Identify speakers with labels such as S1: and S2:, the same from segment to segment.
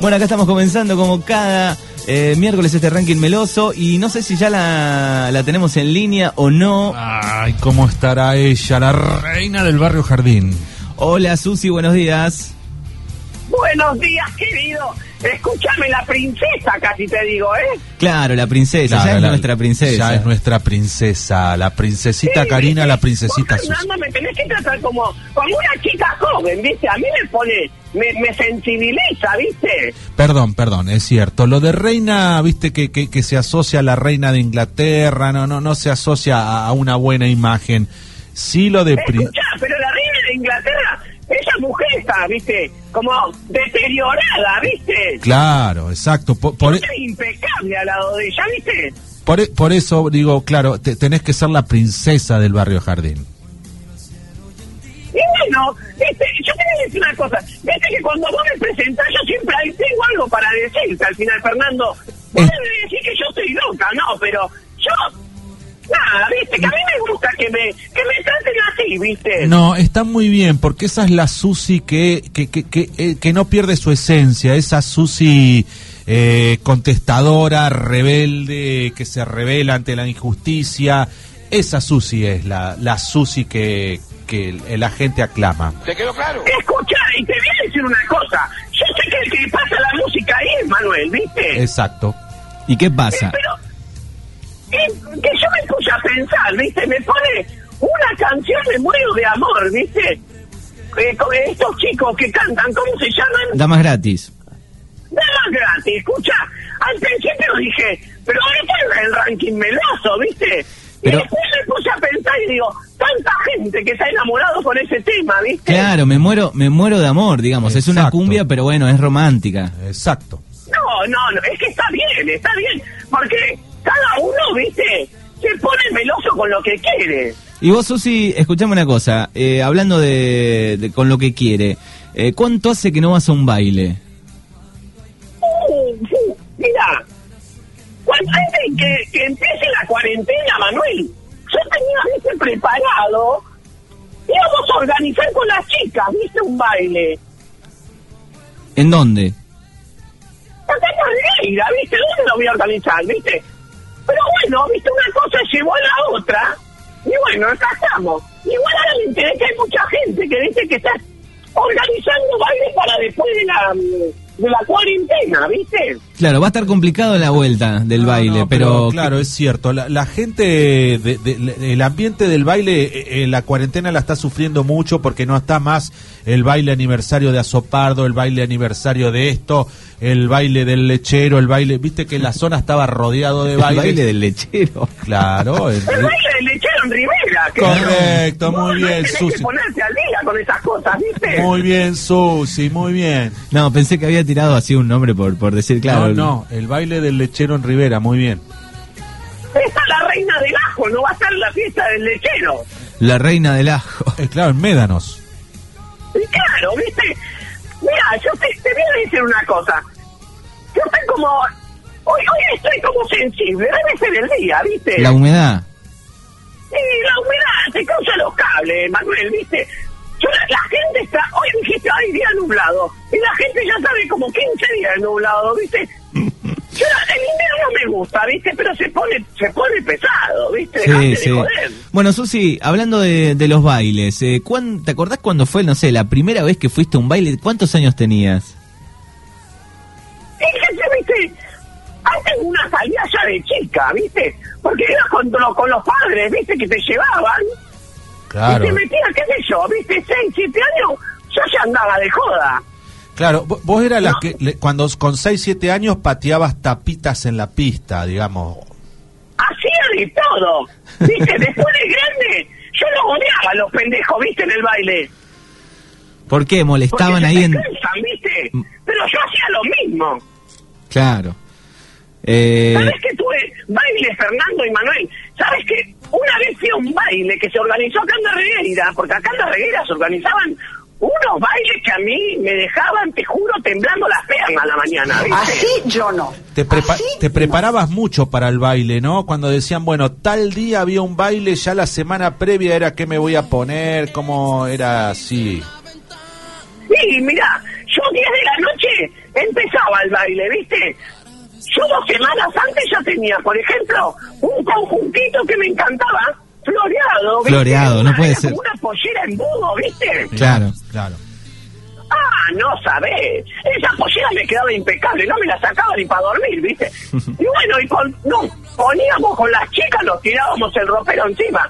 S1: Bueno, acá estamos comenzando como cada eh, miércoles este ranking meloso y no sé si ya la, la tenemos en línea o no.
S2: Ay, cómo estará ella, la reina del barrio Jardín.
S1: Hola Susi, buenos días.
S3: Buenos días, querido. Escúchame, la princesa casi te digo, ¿eh?
S1: Claro, la princesa,
S2: Claro,
S1: ya es
S2: la-
S1: nuestra princesa.
S2: Ya es nuestra princesa, la princesita Karina, la princesita
S3: Vos,
S2: Susi.
S3: Fernando, me tenés que tratar como, como una chica joven, ¿viste? A mí me pone, me, me sensibiliza, ¿viste?
S2: Perdón, perdón, es cierto. Lo de reina, viste que, que, que se asocia a la reina de Inglaterra, no, no, no se asocia a, a una buena imagen. Sí, lo de pri-
S3: Escuchá, pero la reina de Inglaterra, esa mujer está, ¿viste? Como deteriorada, ¿viste?
S2: Claro, exacto. Por, por, e-
S3: Es impecable al lado de ella, ¿viste?
S2: por- por eso digo, claro, te- tenés que ser la princesa del barrio Jardín.
S3: Y bueno, este, yo te voy a decir una cosa. Viste que cuando vos me presentás, yo siempre ahí tengo algo para decirte al final, Fernando. Vos
S2: Eh.
S3: debes decir que yo estoy loca, ¿no? Pero yo... Nada, viste, que a mí me gusta que me, que me traten así, viste.
S2: No, está muy bien, porque esa es la Susi que, que, que, que, eh, que no pierde su esencia, esa Susi eh, contestadora, rebelde, que se revela ante la injusticia. Esa Susi es la, la Susi que, que el- la gente aclama.
S4: ¿Te quedó claro?
S3: Escuchá, y te voy a decir una cosa. Yo sé que el que pasa la música ahí es Manuel, viste.
S2: Exacto.
S1: ¿Y qué
S3: Eh,
S1: pasa?
S3: Pero eh, que yo me puse a pensar, ¿viste? Me pone una canción de muero de amor, ¿viste? Eh, con estos chicos que cantan, ¿cómo se llaman?
S1: Damas gratis.
S3: Nada gratis, escucha. Al principio dije, pero este es el ranking meloso, ¿viste?
S1: Pero-
S3: Y después me puse a pensar y digo, tanta gente que está enamorado con ese tema, ¿viste?
S1: Claro, me muero, me muero de amor, digamos. Es una
S2: Exacto.
S1: cumbia, pero bueno, es romántica.
S2: Exacto.
S3: No, no, no, es que está bien, está bien, porque cada uno, ¿viste? Se pone meloso con lo que quiere.
S1: Y vos, Susi, escuchame una cosa. eh, hablando de, de- con lo que quiere, eh, ¿cuánto hace que no vas a un baile?
S3: Uh, uh, Mira, cuando antes que, que empiece la cuarentena, Manuel, yo tenía viste preparado, íbamos a organizar con las chicas, viste, un baile.
S1: ¿En dónde?
S3: Acá en Neira, viste, ¿dónde lo voy a organizar, viste? Pero bueno, viste, una cosa llevó a la otra, y bueno, acá estamos. Igual ahora me interesa que hay mucha gente que dice que está organizando bailes para después de la, mm, de la cuarentena, viste.
S1: Claro, va a estar complicado la vuelta del
S2: No,
S1: baile,
S2: no,
S1: pero,
S2: claro, es cierto. La, la gente, de- de- el ambiente del baile, eh, eh, la cuarentena la está sufriendo mucho porque no está más el baile aniversario de Azopardo, el baile aniversario de esto, el baile del lechero, el baile. Viste que la zona estaba rodeado de
S1: el baile,
S2: bailes.
S1: del lechero.
S2: Claro. el-
S3: El baile del lechero en Rivera. que-
S2: Correcto,
S3: Vos
S2: muy
S3: no
S2: bien,
S3: tenés
S2: Susi.
S3: que ponerte al día con esas cosas, ¿viste?
S2: Muy bien, Susi, muy bien.
S1: No, pensé que había tirado así un nombre por, por decir, claro.
S2: No, no, el baile del lechero en Rivera, muy bien.
S3: Está la reina del ajo, no va a estar la fiesta del lechero.
S1: La reina del ajo.
S2: Eh, claro, en Médanos.
S3: Y claro, ¿viste? Mira, yo te, te voy a decir una cosa. Yo estoy como... Hoy, hoy estoy como sensible, debe ser el día, ¿viste?
S1: La humedad.
S3: Y la humedad te cruza los cables, Manuel, ¿viste? Yo, la, la gente está, hoy dijiste, hay día nublado. Y la gente ya sabe como 15 días nublado, ¿viste? Yo, la- el invierno me gusta, ¿viste? Pero se pone se pone pesado, ¿viste? Dejate
S1: Sí,
S3: de
S1: sí.
S3: joder.
S1: Bueno, Susi, hablando de, de los bailes, eh, ¿cuán- ¿te acordás cuando fue, no sé, la primera vez que fuiste a un baile? ¿Cuántos años tenías?
S3: Fíjate, ¿viste? Antes una salida ya de chica, ¿viste? Porque era con, lo- con los padres, ¿viste? Que te llevaban.
S2: Claro.
S3: Y te metías, qué sé yo, ¿viste? 6, 7 años, yo ya andaba de joda.
S2: Claro, vo- vos eras la que le- cuando con 6, 7 años pateabas tapitas en la pista, digamos.
S3: hacía de todo. ¿Viste? Después de grande, yo los odiaba a los pendejos, ¿viste? En el baile.
S1: ¿Por qué?
S3: Porque
S1: ¿Molestaban
S3: se
S1: ahí
S3: te
S1: en...?
S3: cansan, ¿viste? Pero yo hacía lo mismo.
S1: Claro. Eh,
S3: ¿Sabes que tuve baile, Fernando y Manuel? ¿Sabes que una vez fui a un baile que se organizó acá en la Regueira? Porque acá en la Regueira se organizaban unos bailes que a mí me dejaban, te juro, temblando las piernas a la mañana, ¿viste?
S5: Así yo no.
S2: Te, prepa-
S5: Así
S2: te
S5: no.
S2: preparabas mucho para el baile, ¿no? Cuando decían, bueno, tal día había un baile, ya la semana previa era qué me voy a poner, cómo era así.
S3: Sí, mira, yo 10 de la noche empezaba el baile, ¿viste? Yo dos semanas antes ya tenía, por ejemplo, un conjuntito que me encantaba, floreado. ¿viste?
S1: Floreado, no
S3: Una-
S1: puede
S3: era
S1: ser.
S3: como Una pollera en bobo, ¿viste?
S1: Claro.
S2: Claro.
S3: Ah, no sabés. Esa pollera me quedaba impecable, no me la sacaba ni para dormir, ¿viste? Y bueno, y con, nos poníamos con las chicas, nos tirábamos el ropero encima.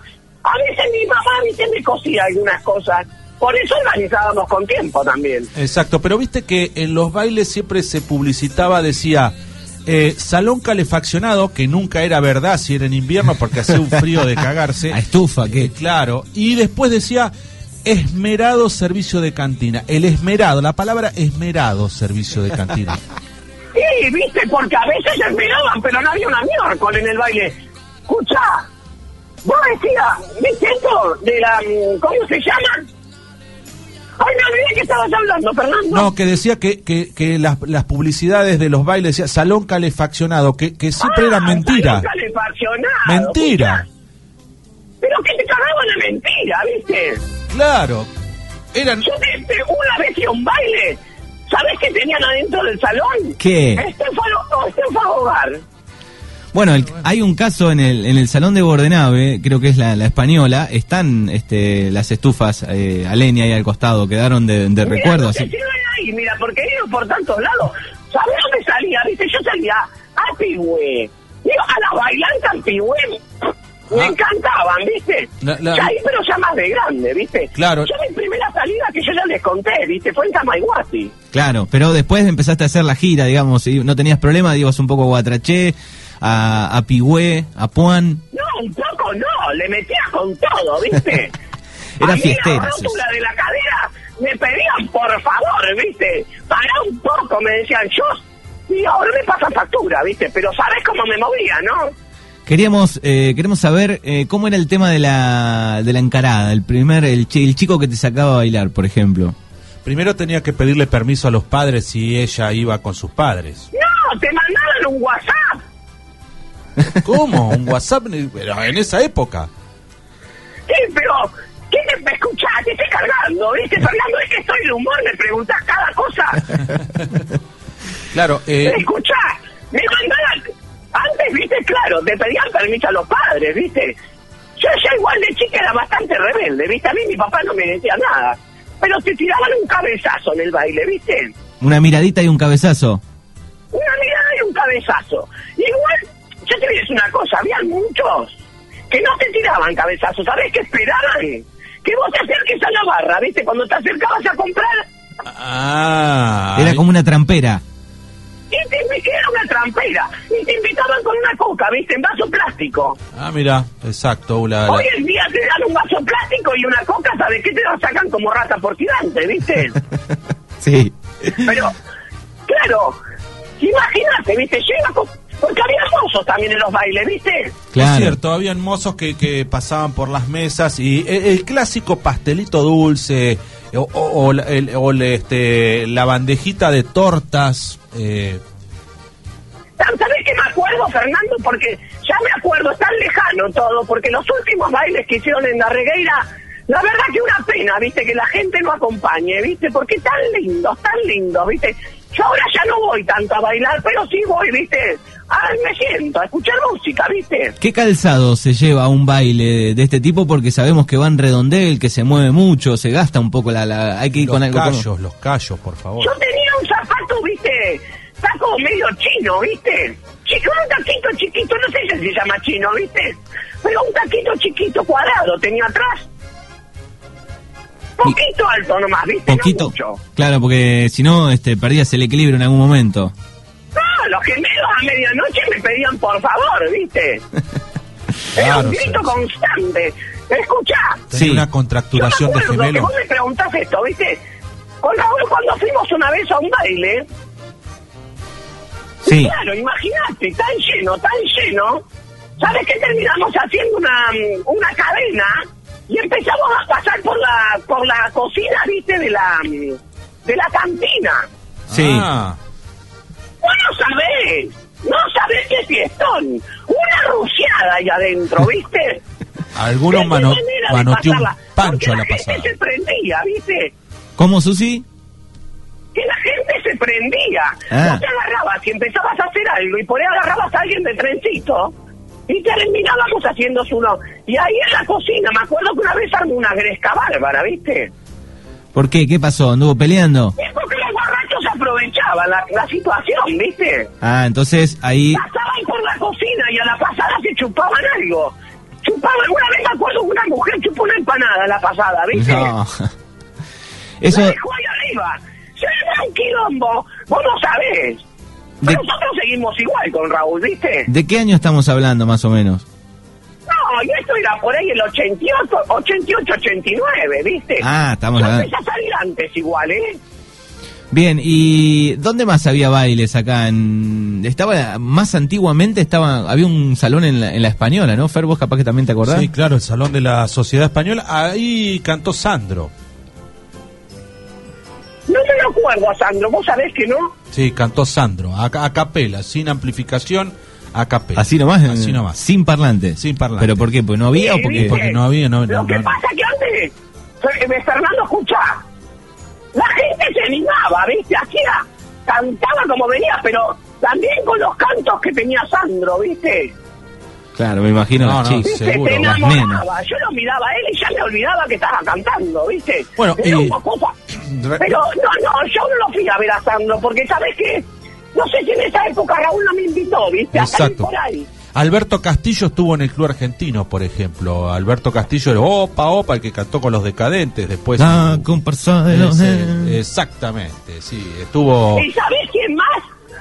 S3: A veces mi mamá, ¿viste? Me cosía algunas cosas. Por eso organizábamos con tiempo también.
S2: Exacto, pero viste que en los bailes siempre se publicitaba, decía, eh, salón calefaccionado, que nunca era verdad si era en invierno porque hacía un frío de cagarse.
S1: A estufa, ¿qué?
S2: Eh, claro, y después decía, esmerado servicio de cantina. El esmerado, la palabra esmerado servicio de cantina.
S3: Sí, viste, porque a veces se miraban, pero no había una miércoles en el baile. Escucha, vos decías, ¿viste esto de la. mm, ¿Cómo se llama? Ay, me olvidé que estabas hablando, Fernando.
S2: No, que decía que, que, que las, las publicidades de los bailes decía salón calefaccionado, que, que siempre era
S3: Ah,
S2: mentira.
S3: salió calefaccionado,
S2: Mentira.
S3: escuchá. Pero que te cagaban de mentira, viste.
S2: Claro. Eran,
S3: Yo este, una vez hice un baile. ¿Sabés qué tenían adentro del salón?
S1: ¿Qué?
S3: Estefano, no, Estefano Hogar.
S1: Bueno, el- hay un caso en el, en el salón de Bordenave, creo que es la, la española, están este, las estufas eh, a leña ahí al costado, quedaron de, de
S3: Mira,
S1: recuerdo.
S3: no
S1: así.
S3: te sirven ahí, mira, porque he ido por tantos lados. ¿Sabés dónde salía? Viste, yo salía a Pigüe. Digo, a las bailantas Pigüe. Me
S2: Ah.
S3: encantaban, ¿viste?
S2: La- la-
S3: Ya ahí, pero ya más de grande, ¿viste?
S2: Claro.
S3: Yo mi primera salida que yo ya les conté, ¿viste? Fue en Tamaguati.
S1: Claro, pero después empezaste a hacer la gira, digamos, y no tenías problema, ibas un poco a Guatraché, a, a Pigüé, a Puan.
S3: No, un poco no, le metía con todo, ¿viste?
S1: Era
S3: A mí
S1: fiestera,
S3: La rótula
S1: sí.
S3: de la cadera me pedían, por favor, ¿viste? Pará un poco, me decían, yo, y ahora me pasa factura, ¿viste? Pero sabés cómo me movía, ¿no?
S1: Queríamos, eh, queremos saber eh, cómo era el tema de la, de la encarada, el primer, el, chi- el chico que te sacaba a bailar, por ejemplo.
S2: primero tenía que pedirle permiso a los padres si ella iba con sus padres.
S3: No, te mandaban un WhatsApp.
S2: ¿Cómo? ¿Un WhatsApp? Pero en esa época.
S3: Sí, pero, ¿qué te escuchás? Te estoy cargando, ¿viste? Fernando, es que estoy de humor, me preguntás cada cosa.
S2: Claro, eh,
S3: Escuchá, me mandaban. Antes, viste, claro, te pedían permiso a los padres, viste. Yo ya igual de chica era bastante rebelde, viste. A mí mi papá no me decía nada. Pero te tiraban un cabezazo en el baile, viste.
S1: Una miradita y un cabezazo.
S3: Una mirada y un cabezazo. Igual, yo te voy a decir una cosa, había muchos que no te tiraban cabezazos, ¿sabés qué esperaban? Que vos te acerques a la barra, viste. Cuando te acercabas a comprar,
S2: ah,
S1: Era como una trampera.
S3: y te invi- era una trampera. Y te invitaban con una coca, viste, en vaso plástico.
S2: ah, mira, exacto. la- la-
S3: Hoy en día te dan un vaso plástico y una coca, ¿sabes qué? Te lo sacan como rata por tirante, ¿viste?
S1: Sí.
S3: Pero, claro, imagínate, ¿viste? Yo iba con- Porque había mozos también en los bailes, ¿viste?
S2: Es
S1: Claro.
S2: cierto, habían mozos que, que pasaban por las mesas y el, el clásico pastelito dulce o, o- o la- el- o la, este, la bandejita de tortas. eh,
S3: ¿Sabes qué me acuerdo, Fernando? Porque ya me acuerdo, es tan lejano todo, porque los últimos bailes que hicieron en la regueira, la verdad que una pena, ¿viste? Que la gente no acompañe, ¿viste? Porque tan lindos, tan lindos, ¿viste? Yo ahora ya no voy tanto a bailar, pero sí voy, ¿viste? Ay, me siento a escuchar música, ¿viste?
S1: ¿Qué calzado se lleva a un baile de, de este tipo? Porque sabemos que va en redondel, que se mueve mucho, se gasta un poco la... la- hay que ir
S2: los
S1: con algo... como-
S2: callos, los callos, por favor.
S3: Yo tenía un zapato, viste, saco medio chino, viste. Chico, un taquito chiquito, no sé si se llama chino, viste. Pero un taquito chiquito cuadrado tenía atrás. Poquito alto nomás, viste. No
S1: Poquito.
S3: mucho.
S1: Claro, porque si no, este, perdías el equilibrio en algún momento.
S3: No, los gemelos a medianoche me pedían por favor, viste. Era
S2: Claro,
S3: un grito
S2: sí.
S3: constante. Escuchá,
S2: Tenía
S1: Sí.
S2: una
S3: Yo me
S2: contracturación de
S3: acuerdo que
S2: gemelo.
S3: vos me preguntás esto, ¿viste? Con Raúl cuando fuimos una vez a un baile,
S1: Sí.
S3: Claro, imagínate, tan lleno, tan lleno. ¿Sabes qué? Terminamos haciendo una, mm, una cadena y empezamos a pasar por la por la cocina, ¿viste? De la mm, de la cantina.
S1: Sí.
S2: Ah,
S3: Vos no sabés, no sabés qué fiestón. Una ruciada ahí adentro, ¿viste?
S2: algunos
S3: Qué
S2: mano-
S3: manera de
S2: manoteó un
S3: pasarla,
S2: pancho
S3: porque
S2: a la
S3: gente
S2: pasada.
S3: se prendía, ¿viste?
S1: ¿Cómo, Susi?
S3: Que la gente se prendía.
S1: Ah.
S3: Vos te agarrabas y empezabas a hacer algo y por ahí agarrabas a alguien de trencito y terminábamos haciendo su no. Y ahí en la cocina, me acuerdo que una vez armó una gresca bárbara, ¿viste?
S1: ¿Por qué? ¿Qué pasó? ¿Anduvo peleando?
S3: Es porque los borrachos aprovechaban la, la situación, ¿viste?
S1: Ah, entonces ahí...
S3: Pasaban por la cocina y a la pasada se chupaban algo. Chupaban, una vez me acuerdo que una mujer chupó una empanada a la pasada, ¿viste?
S1: No. Eso...
S3: La dejó ahí arriba. Se armó un quilombo, vos no sabés.
S1: De-
S3: Pero Nosotros seguimos igual con Raúl, ¿viste?
S1: ¿De qué año estamos hablando más o menos?
S3: No, y esto era por ahí el 88, 88, 89, ¿viste?
S1: Ah, estamos
S3: Yo
S1: hablando-
S3: empecé a salir antes igual, ¿eh?
S1: Bien, ¿y dónde más había bailes acá? En... Estaba más antiguamente estaba había un salón en la, en la española, ¿no? Fer, vos capaz que también te acordás.
S2: Sí, claro, el Salón de la Sociedad Española. Ahí cantó Sandro.
S3: No me lo acuerdo, Sandro, vos sabés que no.
S2: Sí, cantó Sandro. A, a capela, sin amplificación, a capela.
S1: Así nomás, eh,
S2: Así nomás.
S1: sin parlante.
S2: Sin parlante.
S1: ¿Pero por qué? ¿Pues no había o
S3: Sí,
S1: porque
S3: ¿viste?
S2: porque no había, no-
S3: Lo
S2: no-
S3: que
S2: no-
S3: pasa que antes, Fer- eh, Fernando, escuchá, la gente se animaba, ¿viste? Hacía, cantaba como venía, pero también con los cantos que tenía Sandro, ¿viste?
S1: Claro, me imagino
S2: No,
S1: las
S2: no,
S1: chicas.
S2: sí. Seguro,
S3: te
S1: las
S3: enamoraba. Yo lo miraba a él y ya me olvidaba que estaba cantando, ¿viste?
S2: Bueno,
S3: Era
S2: eh,
S3: una cosa.
S2: re-
S3: Pero no, no, yo no lo fui a ver a Sandro porque, ¿sabes qué? No sé si en esa época Raúl no me invitó, ¿viste? A salir
S2: Exacto.
S3: por ahí.
S2: Alberto Castillo estuvo en el Club Argentino, por ejemplo. Alberto Castillo era Opa Opa, el que cantó con los decadentes después.
S1: Ah, comparsa de los-
S2: pues Ese- exactamente, sí. Estuvo
S3: ¿Y sabes quién más?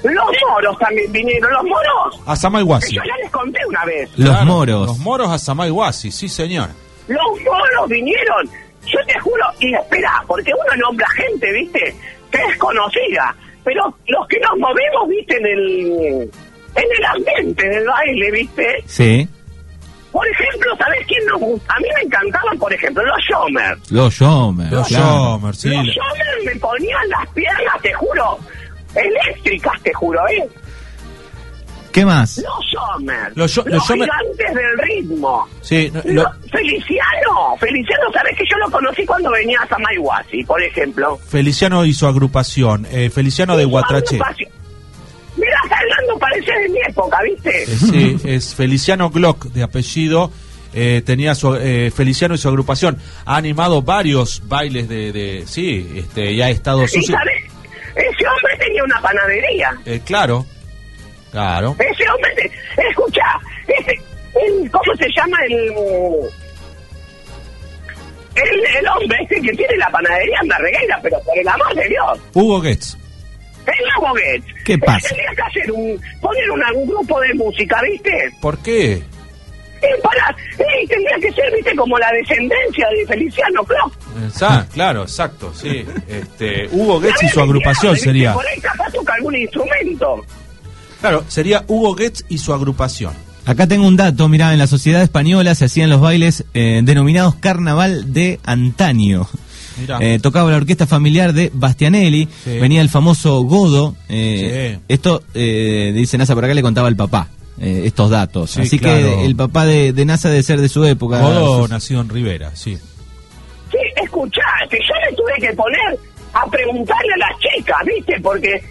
S3: Los moros también vinieron, los moros.
S2: a
S3: que
S2: Samayhuasi.
S3: Yo ya les conté una vez.
S1: Los moros.
S2: Los moros a Samayhuasi, sí, señor.
S3: Los moros vinieron. Yo te juro, y espera, porque uno nombra gente, ¿viste? Que es conocida. Pero los que nos movemos, ¿viste? En el, en el ambiente, en el baile, ¿viste?
S1: Sí,
S3: Por ejemplo, ¿sabes quién nos gusta? A mí me encantaban, por ejemplo, los Shomer.
S1: los Yomer.
S2: Los
S1: claro.
S2: Yomers, sí.
S3: Los Shomer me ponían las piernas, te juro, eléctricas, te juro, ¿eh?
S1: ¿Qué más?
S3: Los Shomer.
S2: Los Yo- los Yomers-
S3: gigantes del ritmo.
S2: Sí, no,
S3: Lo-
S2: lo-
S3: Feliciano, Feliciano, sabes que yo lo conocí cuando venía a Samayhuasi, por ejemplo.
S2: Feliciano y su agrupación. eh, Feliciano de Guatrache.
S3: Mira, Fernando parece de mi época, ¿viste?
S2: Eh, Sí, es Feliciano Glock de apellido. eh, tenía su, eh, Feliciano y su agrupación. Ha animado varios bailes de. de- sí, este, y ha estado
S3: Y
S2: sucio.
S3: sabes, ese hombre tenía una panadería.
S2: Eh, claro, claro.
S3: Ese hombre, te, escucha, ese, el- ¿cómo se llama el, el el hombre ese que tiene la panadería en Darregueira? Pero por el amor de Dios,
S2: Hugo Goetz.
S3: el Lago Guetz.
S1: ¿Qué pasa?
S3: Tenía que hacer un, poner una- un grupo de música, ¿viste?
S2: ¿Por qué? Eh,
S3: Y para, y tendría que ser, ¿viste? Como la descendencia de Feliciano Klopp.
S2: Sa- claro, exacto, sí. Este, Hugo Goetz y su
S3: Habría
S2: agrupación
S3: que mirarle,
S2: sería.
S3: ¿viste? Por ahí capaz toca algún instrumento.
S2: Claro, sería Hugo Goetz y su agrupación.
S1: Acá tengo un dato, mirá, en la sociedad española se hacían los bailes eh, denominados Carnaval de Antaño.
S2: Mirá.
S1: Eh, tocaba la orquesta familiar de Bastianelli,
S2: Sí.
S1: venía el famoso Godo. eh,
S2: Sí.
S1: Esto, eh, dice NASA, por acá le contaba el papá eh, estos datos.
S2: Sí,
S1: Así
S2: claro.
S1: que el papá de, de NASA debe ser de su época.
S2: Godo
S1: Sus-
S2: nacido en Rivera, sí.
S3: Sí, escuchá, que yo me tuve que poner a preguntarle a las chicas, ¿viste? Porque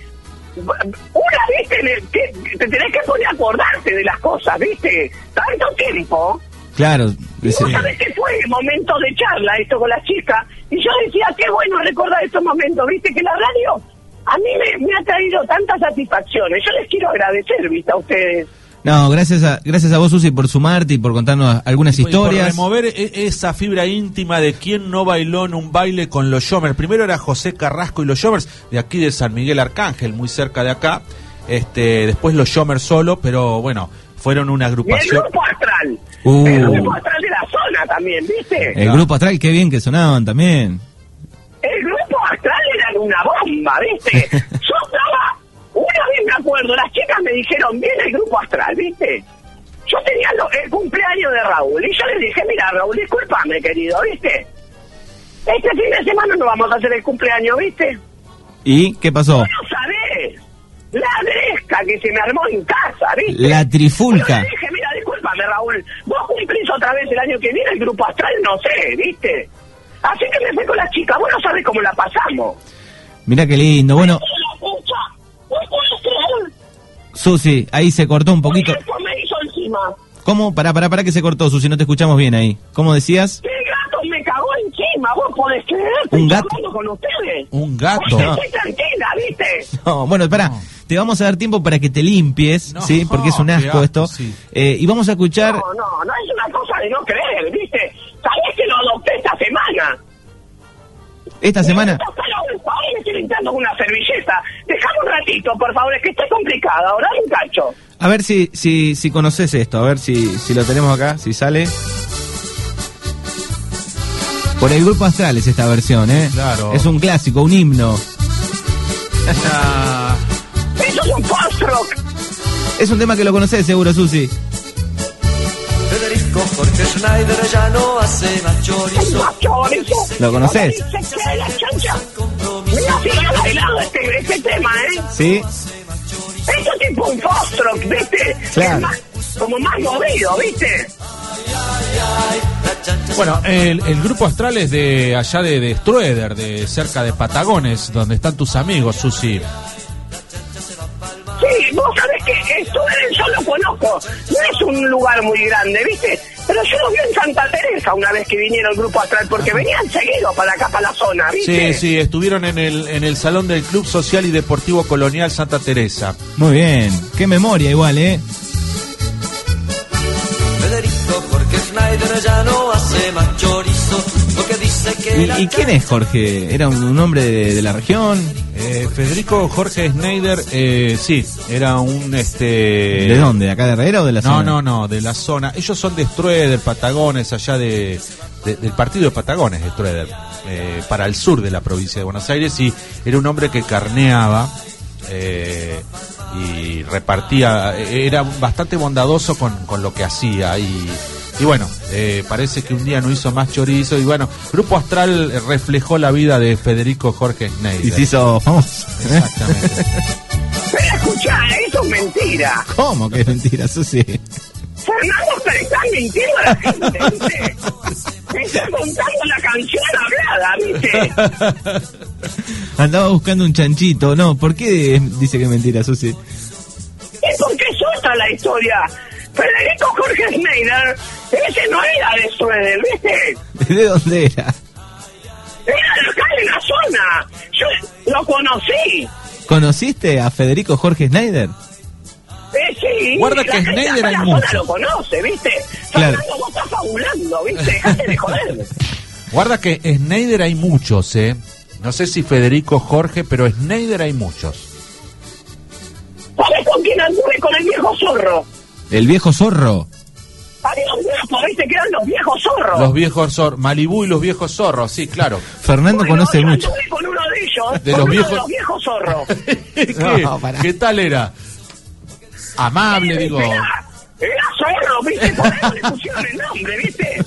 S3: una vez en el que te tenés que poner a acordarte de las cosas, ¿viste? Tanto tiempo.
S1: Claro,
S3: Y
S1: ese-
S3: vos sabés que fue el momento de charla esto con las chicas. Y yo decía, qué bueno recordar estos momentos, ¿viste? Que la radio a mí me, me ha traído tantas satisfacciones. Yo les quiero agradecer, ¿viste? A ustedes.
S1: No, gracias a, gracias a vos, Susi, por sumarte y por contarnos algunas
S2: Y por
S1: historias.
S2: remover e- esa fibra íntima de quién no bailó en un baile con los Yomers. Primero era José Carrasco y los Yomers, de aquí de San Miguel Arcángel, muy cerca de acá. Este, después los Yomers solo, pero bueno, fueron una
S3: Y el
S2: agrupación.
S3: grupo astral.
S1: Uh.
S3: El grupo astral de la zona también, ¿viste?
S1: El grupo astral, qué bien que sonaban también.
S3: El grupo astral era una bomba, ¿viste? Yo estaba, una vez me acuerdo, las chicas me dijeron, viene el grupo astral, ¿viste? Yo tenía lo- el cumpleaños de Raúl y yo le dije, mira Raúl, discúlpame querido, ¿viste? Este fin de semana no vamos a hacer el cumpleaños, ¿viste?
S1: ¿Y qué pasó?
S3: No sabés, la gresca que se me armó en casa, ¿viste?
S1: La
S3: Yo
S1: trifulca.
S3: le dije, mira, discúlpame, Raúl, vos cumplís otra vez el año que viene el grupo astral, no sé, ¿viste? Así que me fui con las chicas, vos no sabés cómo la pasamos.
S1: Mirá qué lindo. Bueno,
S3: Una puedo creer.
S1: Susi, ahí se cortó un poquito.
S3: Un gato me hizo encima.
S1: ¿Cómo? Pará, pará, pará que se cortó, Susi, no te escuchamos bien ahí. ¿Cómo decías?
S3: ¿Qué gato me cagó encima? ¿Vos podés creer?
S1: Un
S3: Estoy
S1: gato.
S3: charlando con ustedes.
S2: Un gato.
S3: Oye, estoy tranquila, ¿viste?
S1: No, bueno, pará. Te vamos a dar tiempo para que te limpies,
S2: No,
S1: ¿sí? Porque es un
S2: qué
S1: asco
S2: asco,
S1: esto.
S2: sí.
S1: Eh, y vamos a escuchar...
S3: No, no, no es una cosa de no creer, ¿viste? ¿Sabés que lo adopté esta semana?
S1: Esta semana...
S3: Por favor, me estoy limpiando con una servilleta. Dejame un ratito, por favor, es que estoy complicada. Ahora un cacho.
S1: A ver si, si, si conoces esto, a ver si, si lo tenemos acá, si sale. Por el grupo Astral es esta versión, ¿eh?
S2: Claro.
S1: Es un clásico, un himno.
S2: Una-
S3: Eso es un post-rock.
S1: Es un tema que lo conoces seguro, Susi.
S4: Federico Jorge Schneider ya no hace más
S3: Es
S4: chorizo.
S3: macho, eso.
S1: ¿Lo conocés?
S3: Se queda la chancha.
S4: Compromiso.
S3: Mira, fíjate bailado este, este tema, ¿eh?
S1: ¿Sí?
S3: Eso es tipo un post-rock, ¿viste?
S1: Claro.
S3: Es más- como más movido, ¿viste?
S4: La chancha
S2: Bueno, el, el grupo astral es de allá de, de Strueder, de cerca de Patagones, donde están tus amigos, Susi.
S3: Sí, vos sabés que Estudiantes yo lo conozco. No es un lugar muy grande, ¿viste? Pero yo los vi en Santa Teresa una vez que vinieron el grupo astral, porque venían seguidos para acá, para la zona,
S2: Sí,
S3: ¿viste?
S2: sí, estuvieron en el, en el salón del Club Social y Deportivo Colonial Santa Teresa.
S1: Muy bien. Qué memoria igual, ¿eh?
S4: Federico Jorge Schneider ya no hace más chorizo. Porque dice que la
S1: ¿Y, y quién es Jorge? ¿Era un, un hombre de, de la región?
S2: Eh, Federico Jorge Schneider, eh, sí, era un este.
S1: ¿De dónde? ¿De acá de Herrera o de la
S2: No,
S1: zona?
S2: no, no, de la zona. Ellos son de Strueder, Patagones, allá de, de- del partido de Patagones, de Strueder, eh, para el sur de la provincia de Buenos Aires. Y era un hombre que carneaba eh, y repartía, eh, era bastante bondadoso con, con lo que hacía. Y, y bueno, eh, parece que un día no hizo más chorizo. Y bueno, Grupo Astral eh, reflejó la vida de Federico Jorge Schneider.
S1: Y se hizo famoso.
S2: Exactamente.
S3: Pero escuchá, eso es mentira.
S1: ¿Cómo? Qué mentira, Susi.
S3: Fernando Pérez está mintiendo a la gente, ¿viste? Me está contando la canción hablada, ¿viste?
S1: Andaba buscando un chanchito. No, ¿por qué es- dice que es mentira, Susi?
S3: Es porque es otra la historia. Federico Jorge Schneider, ese no era de Suede, ¿viste?
S1: ¿De dónde era?
S3: Era de acá de la zona. Yo lo conocí.
S1: ¿Conociste a Federico Jorge Schneider?
S3: Eh, sí,
S2: Guarda
S3: la
S2: que
S3: gente
S2: Schneider
S3: acá
S2: hay
S3: en la zona
S2: mucho.
S3: lo conoce, ¿viste?
S1: Claro.
S3: Fernando, vos estás fabulando, ¿viste? Dejate de joder.
S2: Guarda que Schneider hay muchos, ¿eh? No sé si Federico Jorge, pero Schneider hay muchos.
S3: ¿Sabés con quién anduve? Con el viejo zorro.
S1: El viejo zorro.
S3: Había un grupo, ¿viste? Que eran los viejos zorros.
S2: Los viejos zorros, Malibú y los viejos zorros, sí, claro.
S1: Fernando
S3: Bueno,
S1: conoce
S3: yo
S1: mucho.
S3: anduve con uno de ellos,
S2: De
S3: con
S2: los
S3: uno
S2: viejos-
S3: de los viejos zorros.
S2: ¿Qué,
S1: No, pará.
S2: ¿Qué tal era? Amable, digo.
S3: Era, era zorro, ¿viste? Por eso le pusieron el nombre, ¿viste?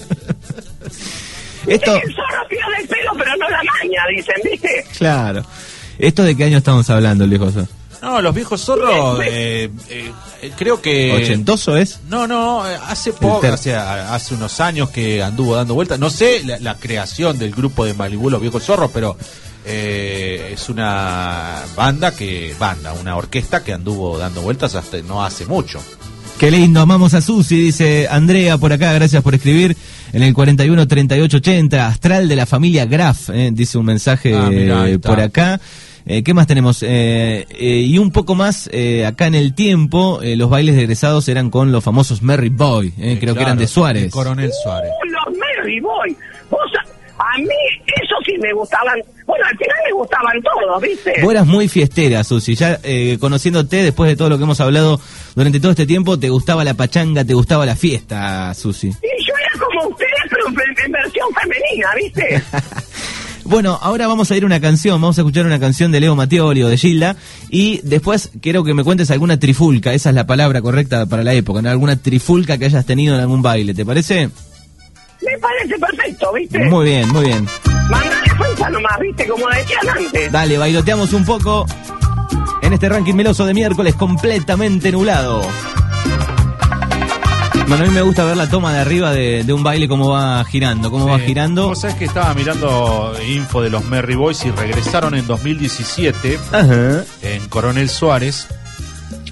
S1: Esto,
S3: El zorro pierde el pelo, pero no la maña, dicen, ¿viste?
S1: claro. ¿Esto de qué año estamos hablando, el viejo zorro?
S2: No, los viejos zorros, eh, eh, eh, creo que...
S1: ¿Ochentoso es?
S2: No, no, eh, hace poco,
S1: ter-
S2: hace, a- hace unos años que anduvo dando vueltas. No sé la, la creación del grupo de Malibú, los viejos zorros, pero eh, es una banda que, banda, una orquesta que anduvo dando vueltas hasta no hace mucho.
S1: Qué lindo, amamos a Susi, dice Andrea por acá, gracias por escribir. En el 41 38 80, astral de la familia Graf, eh, dice un mensaje
S2: Ah, mirá, ahí
S1: eh,
S2: está.
S1: por acá. Eh, ¿Qué más tenemos? Eh, eh, y un poco más, eh, acá en el tiempo, eh, los bailes de egresados eran con los famosos Merry Boy, eh,
S2: Eh,
S1: creo que eran
S2: claro,
S1: de Suárez.
S2: el Coronel Suárez.
S3: Los Merry Boy. Vos, a mí, eso sí me gustaban. Bueno, al final me gustaban todos, ¿viste?
S1: Vos eras muy fiestera, Susi. Ya eh, conociéndote, después de todo lo que hemos hablado durante todo este tiempo, te gustaba la pachanga, te gustaba la fiesta, Susi.
S3: Y yo era como ustedes, pero en, en versión femenina, ¿viste?
S1: Bueno, ahora vamos a ir a una canción. Vamos a escuchar una canción de Leo Matteoli o de Gilda. Y después quiero que me cuentes alguna trifulca. Esa es la palabra correcta para la época. ¿no? Alguna trifulca que hayas tenido en algún baile. ¿Te parece?
S3: Me parece perfecto, ¿viste?
S1: Muy bien, muy bien.
S3: Mandale fuerza nomás, ¿viste? Como decían antes.
S1: Dale, bailoteamos un poco en este ranking meloso de miércoles completamente nublado. Bueno, a mí me gusta ver la toma de arriba de, de un baile, cómo va girando, cómo va
S5: Sí.
S1: girando.
S5: Vos sabés que estaba mirando info de los Merry Boys y regresaron en 2017
S1: Ajá.
S5: en Coronel Suárez,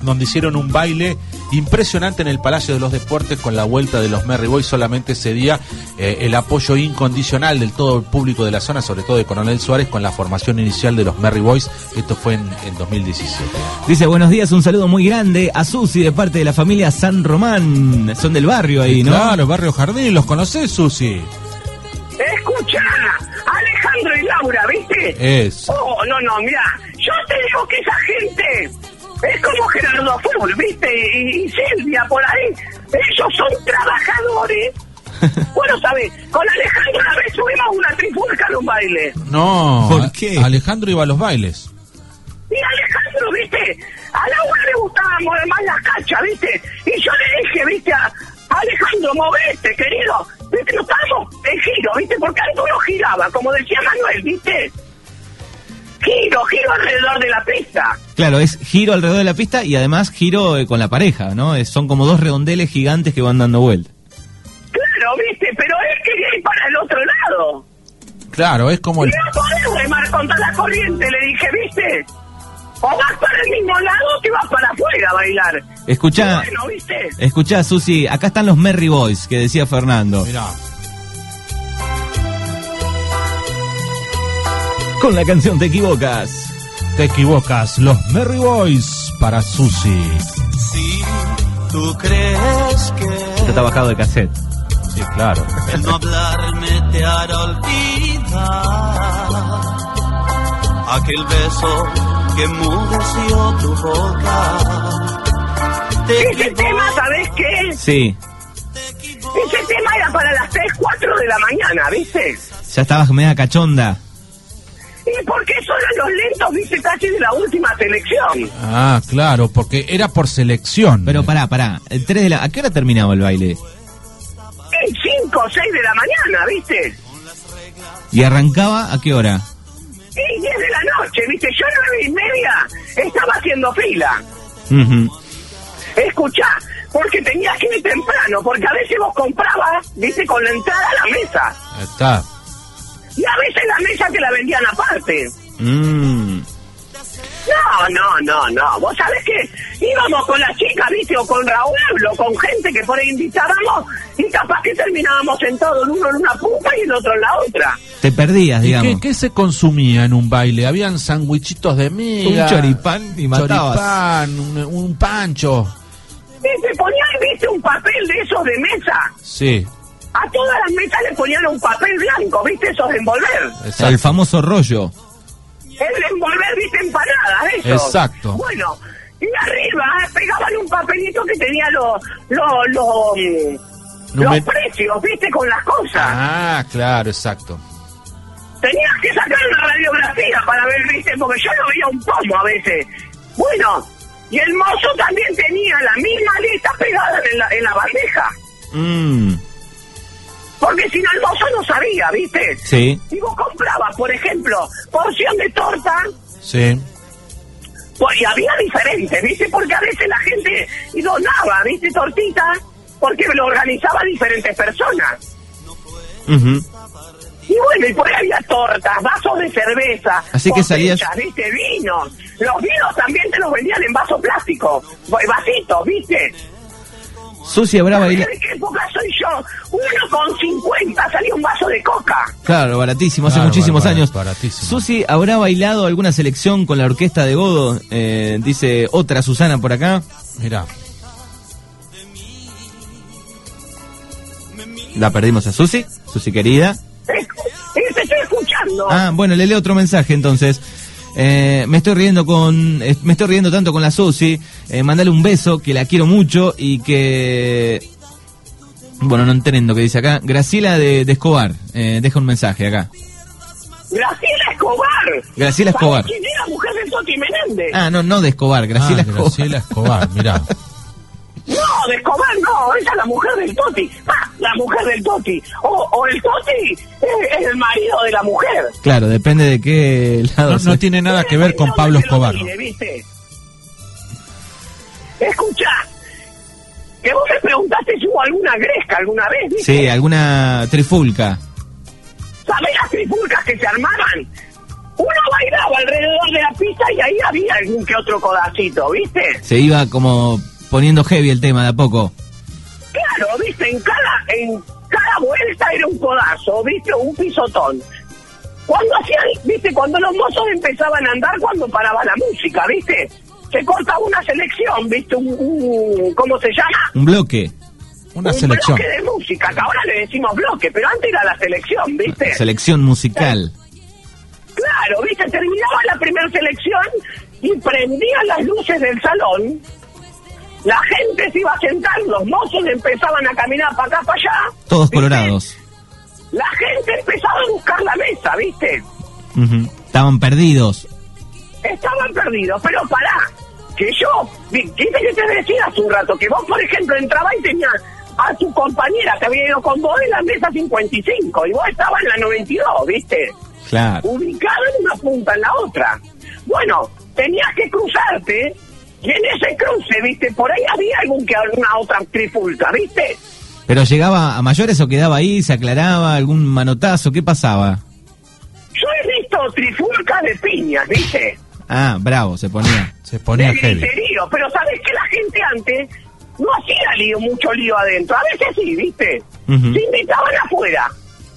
S5: donde hicieron un baile impresionante en el Palacio de los Deportes con la vuelta de los Merry Boys. Solamente ese día eh, el apoyo incondicional del todo el público de la zona, sobre todo de Coronel Suárez, con la formación inicial de los Merry Boys. Esto fue en, en 2017.
S1: Dice, buenos días, un saludo muy grande a Susi de parte de la familia San Román. Son del barrio ahí, ¿no?
S2: Claro, Barrio Jardín, los conocés, Susi.
S3: Escucha, Alejandro y Laura, ¿viste?
S2: Es.
S3: Oh, no, no, mira, yo te digo que esa gente es como Gerardo Fur, ¿viste? Y, y Silvia por ahí. Ellos son trabajadores. Bueno, ¿sabes? Con Alejandro una vez subimos una trifulca en un baile.
S2: No.
S1: ¿Por
S2: A-
S1: qué?
S2: Alejandro iba a los bailes.
S3: Y Alejandro, ¿viste? A Laura le gustaban mover más las cachas, ¿viste? Y yo le dije, ¿viste? A Alejandro, movete, querido. ¿Viste? No estábamos en giro, ¿viste? Porque Arturo giraba, como decía Manuel, ¿viste? Giro, giro alrededor de la pista.
S1: Claro, es giro alrededor de la pista y además giro eh, con la pareja, ¿no? Es- son como dos redondeles gigantes que van dando vuelta.
S3: Claro, ¿viste? Pero él quería ir para el otro lado.
S2: Claro, es como
S3: Y
S2: el.
S3: no podés remar contra la corriente, le dije, ¿viste? O vas para el mismo lado que vas para afuera a bailar.
S1: Escuchá,
S3: Bueno, ¿viste?
S1: escuchá, Susi, acá están los Merry Boys que decía Fernando.
S2: Mirá.
S1: Con la canción Te equivocas.
S2: Te equivocas, los Merry Boys para Susi.
S4: Si tú crees
S1: Esto está
S4: que
S1: bajado de cassette.
S2: Sí, claro.
S4: el no hablarme te hará olvidar aquel beso que mudeció tu boca. Te
S3: Ese tema, ¿sabés qué?
S1: Sí,
S3: Ese tema era para las 3, 4 de la mañana, ¿viste?
S1: ya estabas media cachonda.
S3: Y porque eso eran los lentos, ¿viste? Casi de la última selección.
S2: Ah, claro, porque era por selección.
S1: Pero pará, pará. El 3 de la... ¿A qué hora terminaba el baile?
S3: En 5 o 6 de la mañana, ¿viste?
S1: ¿Y arrancaba a qué hora?
S3: Y 10 de la noche, ¿viste? Yo a 9 y media estaba haciendo fila.
S1: Ujú.
S3: Escuchá, porque tenías que ir temprano, porque a veces vos comprabas, ¿viste? Con la entrada a la mesa.
S2: Ahí Está.
S1: Ah,
S3: Y a veces la mesa te la vendían aparte.
S1: Mm.
S3: No, no, no, no. Vos sabés que íbamos con las chicas, viste, o con Raúl, o con gente que por ahí invitábamos, y capaz que terminábamos sentados, el uno en una punta y el otro en la otra.
S1: Te perdías,
S2: ¿Y qué,
S1: digamos.
S2: qué se consumía en un baile? Habían sandwichitos de miga.
S1: Un choripán y matabas.
S2: choripán, un, un pancho.
S3: Y te ponían, viste, un papel de esos de mesa.
S2: Sí,
S3: A todas las mesas le ponían un papel blanco, viste, esos de envolver.
S2: exacto.
S1: El famoso rollo.
S3: El de envolver, viste, empanadas, esos.
S2: Exacto.
S3: Bueno, y arriba eh, pegaban un papelito que tenía los, los, los, mm,
S2: No
S3: los
S2: me-
S3: precios, viste, con las cosas.
S2: Ah, claro, exacto.
S3: Tenías que sacar una radiografía para ver, viste, porque yo no veía un pomo a veces. Bueno, y el mozo también tenía la misma lista pegada en la, en la bandeja.
S1: Mm.
S3: Porque si no, el mozo no sabía, viste.
S1: Sí.
S3: Si vos comprabas, por ejemplo, porción de torta,
S2: Sí.
S3: pues, y había diferentes, viste, porque a veces la gente y donaba, viste, tortitas, porque lo organizaba diferentes personas.
S1: Ujú.
S3: Y bueno, y por ahí había tortas, vasos de cerveza.
S1: Así que
S3: botellas,
S1: salías-
S3: ¿viste? Vinos. Los vinos también te los vendían en vaso plástico. v- Vasitos, ¿viste?
S1: Susi habrá bailado.
S3: ¿De qué época soy yo? Uno con 50 salía un vaso de coca.
S1: Claro, baratísimo, hace
S2: Claro,
S1: muchísimos
S2: bar- bar-
S1: años.
S2: baratísimo.
S1: Susi habrá bailado alguna selección con la orquesta de Godo. Eh, dice otra Susana por acá.
S2: Mirá.
S1: La perdimos a Susi, Susi querida.
S3: Eh, eh, Te estoy escuchando.
S1: Ah, bueno, le leo otro mensaje entonces. Eh, me estoy riendo con, eh, me estoy riendo tanto con la Susi. Eh, mandale un beso, que la quiero mucho y que, bueno, no entiendo qué dice acá. Graciela de, de Escobar, eh, deja un mensaje acá.
S3: Graciela Escobar.
S1: Graciela
S3: ¿Sabés
S1: Escobar.
S3: ¿Quién era mujer de Toti Menéndez?
S1: Ah, no, no de Escobar, Graciela
S2: Ah,
S1: Escobar.
S2: Graciela Escobar, mirá.
S3: No, de Escobar no. Esa es la mujer del Toti. Ah, la mujer del Toti. O, o el Toti es- es el marido de la mujer.
S1: Claro, depende de qué lado.
S2: No,
S1: sea.
S2: no tiene nada que ver con
S3: No,
S2: Pablo
S3: no te lo
S2: Escobar.
S3: mire, ¿viste? Escuchá, que vos me preguntaste si hubo alguna gresca alguna vez, ¿viste?
S1: Sí, alguna trifulca.
S3: ¿Sabés las trifulcas que se armaban? Uno bailaba alrededor de la pista y ahí había algún que otro codacito, ¿viste?
S1: Se iba como poniendo heavy el tema de a poco.
S3: Claro, viste, en cada, en cada vuelta era un codazo, viste, un pisotón. Cuando hacían, viste, cuando los mozos empezaban a andar, cuando paraba la música, viste, se corta una selección, viste, un, un- ¿cómo se llama?
S1: Un bloque.
S2: Una
S3: un
S2: selección.
S3: bloque de música, que ahora le decimos bloque, pero antes era la selección, viste.
S1: Selección musical.
S3: Claro, viste, terminaba la primera selección y prendían las luces del salón. La gente se iba a sentar, los mozos empezaban a caminar para acá, para allá.
S1: Todos
S3: ¿viste?
S1: colorados.
S3: La gente empezaba a buscar la mesa, ¿viste?
S1: Ujú. Estaban perdidos.
S3: Estaban perdidos, pero pará, que yo, vi- viste que te decía hace un rato, que vos, por ejemplo, entrabas y tenías a tu compañera que había ido con vos en la mesa 55 y vos estabas en la 92, ¿viste?
S1: Claro.
S3: ubicado en una punta en la otra. Bueno, tenías que cruzarte y en ese cruce, viste, por ahí había algún que alguna otra trifulca, viste.
S1: Pero llegaba a mayores o quedaba ahí, se aclaraba, algún manotazo, ¿qué pasaba?
S3: Yo he visto trifulca de piñas, viste,
S1: Ah, bravo, se ponía.
S2: Se
S3: de
S2: ponía heavy.
S3: griterío, pero sabes que la gente antes no hacía lío, mucho lío adentro, a veces sí, viste,
S1: Ujú.
S3: se invitaban afuera.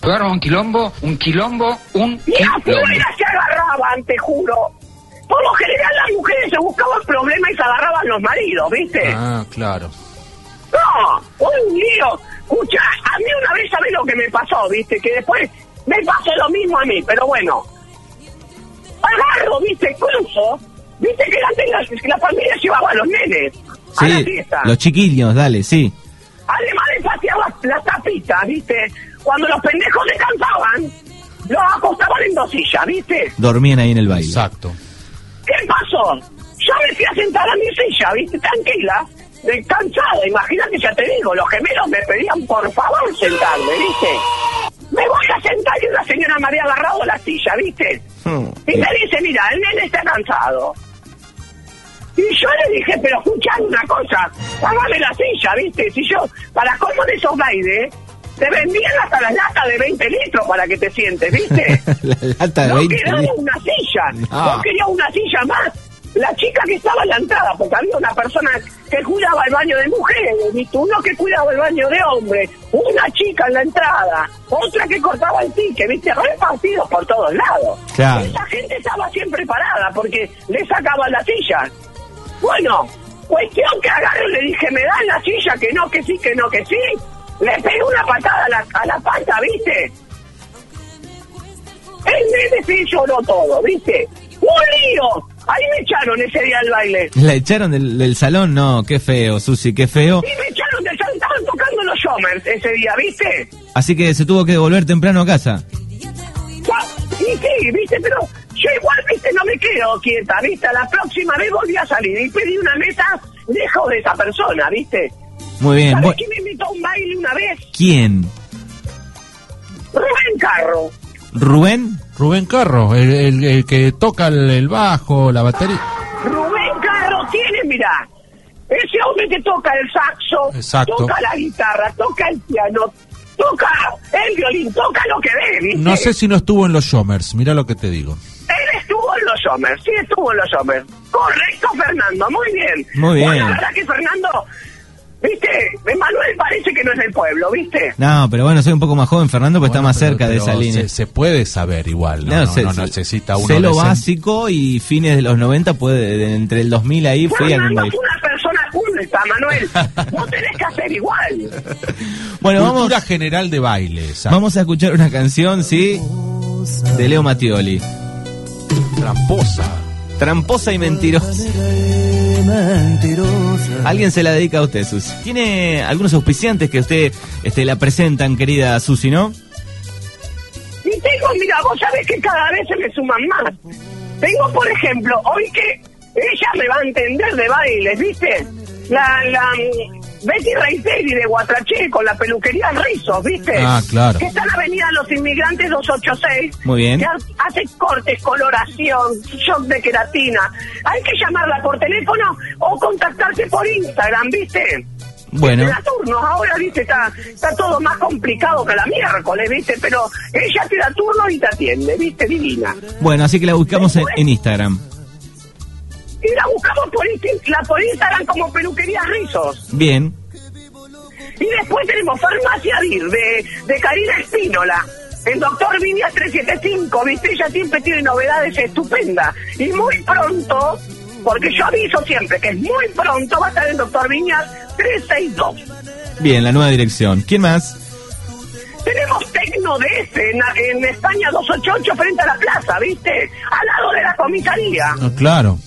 S6: Agarra un quilombo, un quilombo, un
S3: Y
S6: quilombo.
S3: afuera se agarraban, te juro. Por lo general las mujeres se buscaban problemas y se agarraban los maridos, viste.
S5: Ah, claro.
S3: No, un lío. Escucha, a mí una vez sabés lo que me pasó, viste, que después me pasó lo mismo a mí, pero bueno. Agarro, viste, cruzo, viste que la, la, la familia llevaba a los nenes a la
S1: Sí,
S3: fiesta.
S1: los chiquillos, dale, sí.
S3: Además les paseaba las tapitas, viste. Cuando los pendejos se cansaban, los acostaban en dos sillas, viste.
S1: Dormían ahí en el baile.
S5: Exacto.
S3: ¿Qué pasó? Yo me fui a sentar a mi silla, viste, tranquila, descansada, imagínate, ya te digo, los gemelos me pedían por favor sentarme, viste. Me voy a sentar y una señora me había agarrado la silla, viste.
S1: Hmm.
S3: Y me dice, mira, el nene está cansado. Y yo le dije, pero escuchad una cosa, pagame la silla, viste, si yo, para colmo de esos bailes, te vendían hasta las latas de 20 litros para que te sientes, viste.
S1: La lata de Ah.
S3: No
S1: 20
S3: quedaba
S1: litros.
S3: una silla.
S1: No.
S3: No quería una silla más. La chica que estaba en la entrada, porque había una persona que cuidaba el baño de mujeres, ¿viste? uno que cuidaba el baño de hombres, una chica en la entrada, otra que cortaba el pique, ¿viste? Repartidos por todos lados.
S1: Claro.
S3: Esa gente estaba siempre parada porque le sacaban la silla. Bueno, cuestión que agarro y le dije, me dan la silla, que no, que sí, que no, que sí. Le pegué una patada a la, a la pata, ¿viste? El nene sí lloró todo, ¿viste? ¡Un lío! Ahí me echaron ese día al baile.
S1: La echaron del, del salón, no, qué feo, Susi, qué feo.
S3: Y me echaron de estaban tocando los Shomers ese día, ¿viste?
S1: Así que se tuvo que devolver temprano a casa.
S3: Ya- Y sí, ¿viste? Pero yo igual, ¿viste? No me quedo quieta, ¿viste? La próxima vez volví a salir y pedí una mesa lejos de esa persona, ¿viste?
S1: Muy bien.
S3: ¿Sabes
S1: bu-
S3: quién me invitó a un baile una vez?
S1: ¿Quién?
S3: Rubén Carro.
S1: ¿Rubén?
S2: Rubén Carro, el, el- el que toca el, el bajo, la batería.
S3: Rubén Carro tiene, mirá, ese hombre que toca el saxo,
S2: Exacto.
S3: toca la guitarra, toca el piano, toca el violín, toca lo que ve, ¿viste?
S2: No sé si no estuvo en los Shomers, mira lo que te digo.
S3: Él estuvo en los Somers, sí estuvo en los Somers. Correcto, Fernando, muy bien.
S1: Muy bien.
S3: Bueno, la verdad que Fernando, viste, Emanuel parece que no es del pueblo, viste.
S1: No, pero bueno, soy un poco más joven, Fernando, pues está
S2: Bueno,
S1: más
S2: pero-
S1: cerca de
S2: pero
S1: esa
S2: se-
S1: línea.
S2: Se, puede saber igual, no, No,
S1: sé-
S2: no
S1: sé-
S2: necesita uno
S1: sé lo
S2: decen-
S1: básico y fines de los 90, puede, de- entre el 2000 ahí fui a algún
S3: Fernando es
S1: baile.
S3: una persona culta, Manuel. No tenés que hacer igual.
S1: Bueno, vamos,
S2: Cultura general de baile, exacto.
S1: vamos a escuchar una canción, ¿sí? De Leo Mattioli.
S2: tramposa.
S1: Tramposa y mentirosa. Alguien se la dedica a usted, Susi. Tiene algunos auspiciantes que usted este, la presentan, querida Susi, ¿no?
S3: Y tengo, mira, vos sabés que cada vez se me suman más. Tengo, por ejemplo, hoy que ella me va a entender de bailes, ¿viste? La, la mm, Betty Reiteri de Guatraché con la peluquería Rizos, ¿viste?
S2: Ah, claro.
S3: Que está en la avenida Los Inmigrantes 286.
S1: Muy bien.
S3: Que ha- hace cortes, coloración, shock de queratina. Hay que llamarla por teléfono o contactarse por Instagram, ¿viste?
S1: Bueno.
S3: Se da turnos ahora, viste, está, está todo más complicado que la miércoles, viste, pero ella te da turno y te atiende, viste, divina.
S1: Bueno, así que la buscamos en, en Instagram.
S3: Y la buscamos por, Insti- la, por Instagram como peluquerías rizos.
S1: Bien.
S3: Y después tenemos Farmacia Vir de, de Karina Espínola. El doctor Vivias 375, viste, ella siempre tiene novedades estupendas. Y muy pronto, porque yo aviso siempre que es muy pronto, va a estar el doctor Viñas 362.
S1: Bien, la nueva dirección. ¿Quién más?
S3: Tenemos Tecno de este en, en España 288 frente a la plaza, ¿viste? Al lado de la comisaría.
S2: Ah, claro.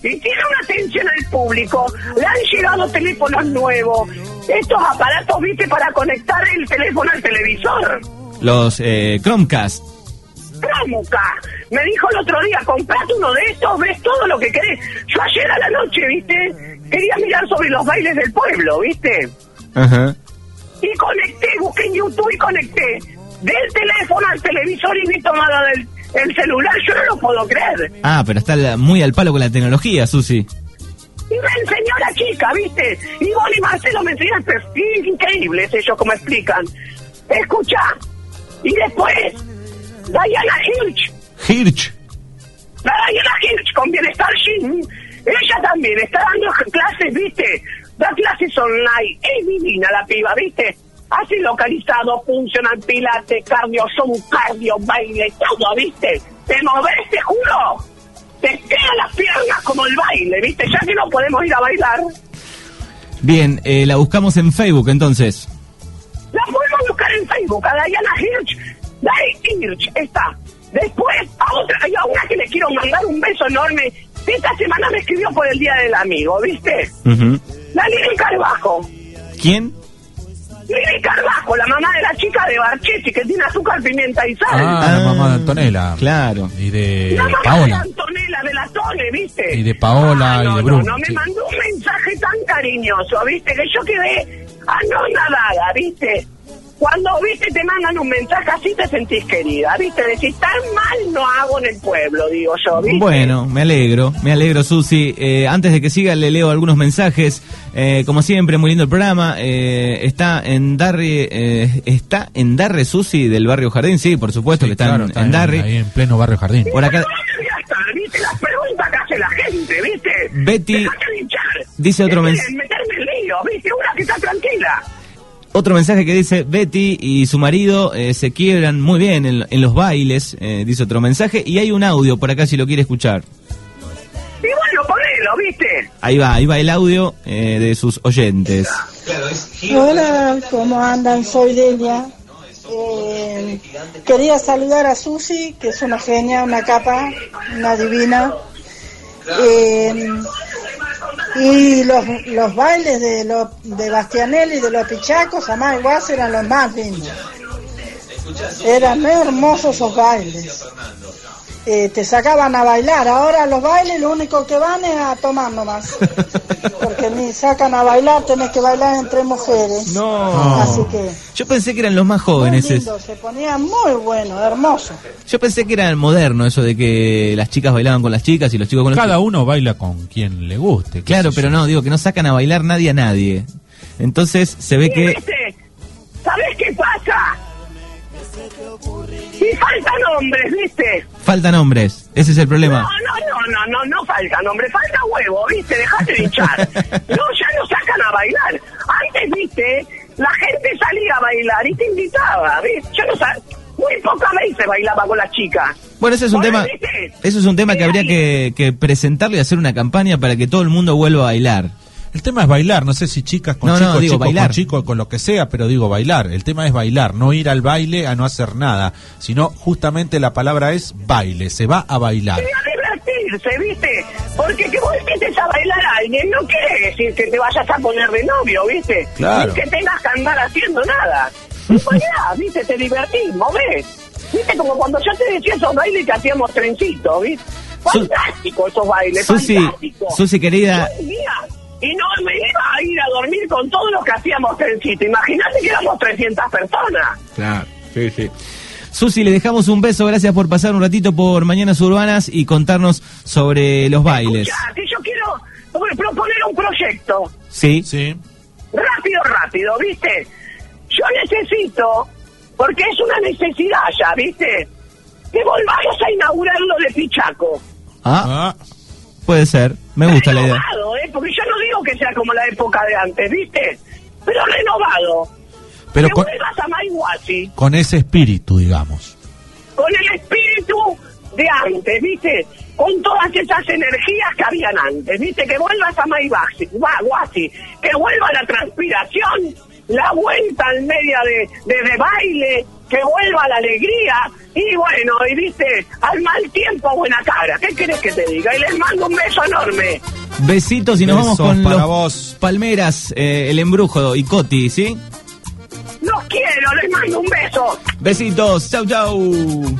S3: Y tiene una atención al público. Le han llegado teléfonos nuevos. Estos aparatos, ¿viste? Para conectar el teléfono al televisor.
S1: Los eh, Chromecast.
S3: Promuca. Me dijo el otro día, comprate uno de estos, ves todo lo que querés. Yo ayer a la noche, ¿viste? Quería mirar sobre los bailes del pueblo, ¿viste?
S1: Ajá.
S3: y conecté, busqué en YouTube y conecté del teléfono al televisor y vi tomada del el celular, yo no lo puedo creer.
S1: Ah, pero está la- muy al palo con la tecnología, Susi.
S3: Y me enseñó la chica, ¿viste? Y vos y Marcelo me enseñaste, es increíble ellos como explican. Escucha, y después, Diana Hirsch,
S2: Hirsch.
S3: la Diana Hirsch con Bienestar Gym, ella también está dando clases, ¿viste? Da clases online, es divina la piba, ¿viste? Hace localizado, funcional, pilates, cardio, son cardio, baile, todo, ¿viste? Te moves, te juro. Te quedan las piernas como el baile, ¿viste? Ya que no podemos ir a bailar,
S1: Bien, eh, la buscamos en Facebook entonces.
S3: la podemos buscar en Facebook, a Diana Hirsch. Diana Hirsch, está. Después, a otra, hay a una que le quiero mandar un beso enorme. Esta semana me escribió por el Día del Amigo, ¿viste?
S1: Ujú.
S3: La Lili Carbajo.
S1: ¿Quién?
S3: Lili Carbajo, la mamá de la chica de Barchetti que tiene azúcar, pimienta y sal.
S2: Ah, la mamá de Antonella.
S1: Claro.
S2: Y Eh, de
S3: la mamá de
S2: Paola.
S3: Antonella de la Tole, ¿viste?
S2: Y de Paola
S3: Ah,
S2: y
S3: no,
S2: de
S3: no,
S2: Bruno,
S3: No, me
S2: sí.
S3: mandó un mensaje tan cariñoso, ¿viste? Que yo quedé anonadada, ¿viste? Cuando, ¿viste? Te mandan un mensaje así te sentís querida, ¿viste? Decís, tan mal no hago en el pueblo, digo yo, ¿viste?
S1: Bueno, me alegro, me alegro Susi. Eh, antes de que siga le leo algunos mensajes. Eh, como siempre, muy lindo el programa. Eh, está en Darry, eh, está en Darre Susi del barrio Jardín, sí, por supuesto
S2: Sí,
S1: que está,
S2: claro,
S1: en, en Darry.
S2: Ahí en pleno barrio jardín.
S1: Por acá
S3: ¿Dónde voy a estar, ¿Viste? Las preguntas que hace la gente, ¿viste?
S1: Betty
S3: Dejate de hinchar.
S1: dice otro
S3: Eh,
S1: mens-
S3: meterme en lío, ¿viste? Una que está tranquila.
S1: otro mensaje que dice Betty y su marido eh, se quiebran muy bien en, en los bailes, eh, dice otro mensaje. Y hay un audio por acá si lo quiere escuchar.
S3: Y bueno, ponelo, ¿viste?
S1: Ahí va, ahí va el audio eh, de sus oyentes.
S7: Hola, ¿cómo andan? Soy Delia. Eh, quería saludar a Susi, que es una genia, una capa, una divina. Eh, y los, los bailes de, lo, de Bastianelli y de los Pichacos, jamás igual eran los más lindos. Eran hermosos esos bailes. Eh, te sacaban a bailar. Ahora los bailes lo único que van es a tomar nomás. Porque ni sacan a bailar, tenés que bailar entre mujeres.
S1: No.
S7: Así que.
S1: Yo pensé que eran los más
S7: Muy
S1: jóvenes. es-
S7: lindo, se ponía muy bueno, hermoso.
S1: Yo pensé que era moderno eso de que las chicas bailaban con las chicas y los chicos con los
S2: Cada uno baila con quien le guste.
S1: chicos. Claro, pero no, digo que no sacan a bailar nadie a nadie. Entonces se ve
S3: Y,
S1: que
S3: ¿viste? ¿Sabés qué pasa? Y faltan hombres, ¿viste?
S1: faltan hombres. Ese es el
S3: No,
S1: problema.
S3: no, no, no, no, no faltan hombres, falta huevo, ¿viste? Dejate de hinchar. No, ya no sacan a bailar. Antes, ¿viste? La gente salía a bailar y te invitaba, ¿viste? Yo no sa- Muy pocas veces bailaba con las chicas.
S1: Bueno, ese es un tema. Eso es un tema que habría que, que presentarlo y hacer una campaña para que todo el mundo vuelva a bailar.
S2: El tema es bailar, no sé si chicas con
S1: No, no,
S2: chicos,
S1: digo,
S2: chicos
S1: bailar.
S2: con chicos, con lo que sea, pero digo bailar. El tema es bailar, no ir al baile a no hacer nada, sino justamente la palabra es baile, se va a bailar.
S3: a divertirse, ¿viste? Porque que vos empieces a bailar a alguien no quiere decir que te vayas a poner de novio, ¿viste?
S2: Claro.
S3: Ni que tengas que andar haciendo nada. Y bailás, ¿viste? Te divertís, movés. ¿Viste? Como cuando yo te decía esos bailes que hacíamos trencitos, ¿viste?
S1: Su-
S3: Fantástico esos bailes,
S1: Susi,
S3: fantástico.
S1: Susi ah. querida,
S3: Yo vivía Y no me iba a ir a dormir con todo lo que hacíamos trencito. Imagínate que éramos 300 personas.
S1: Susi, le dejamos un beso. Gracias por pasar un ratito por Mañanas Urbanas y contarnos sobre los bailes.
S3: Ya, si yo quiero bueno, proponer un proyecto.
S1: Sí.
S2: Sí.
S3: rápido, rápido, ¿viste? Yo necesito, porque es una necesidad ya, ¿viste? Que volvamos a inaugurar lo de Pichaco.
S1: Ah,
S2: Ah,
S1: puede ser. Me gusta la idea.
S3: Renovado, ¿eh? Porque yo no digo que sea como la época de antes, ¿viste? Pero renovado.
S2: pero
S3: que
S2: con,
S3: vuelvas a Maiguachi
S2: con ese espíritu, digamos.
S3: con el espíritu de antes, ¿viste? Con todas esas energías que habían antes, ¿viste? Que vuelvas a Maiguachi, Maiguachi, que vuelva la transpiración, la vuelta al media de, de, de baile, que vuelva la alegría y bueno, y viste, al mal tiempo buena cara. ¿Qué querés que te diga? Y les mando un beso enorme.
S1: Besitos y nos
S2: Besos
S1: vamos con
S2: para
S1: los
S2: vos.
S1: Palmeras, eh, el embrujo y Coti, ¿sí?
S3: Los quiero, les mando un beso.
S1: Besitos, chau chau.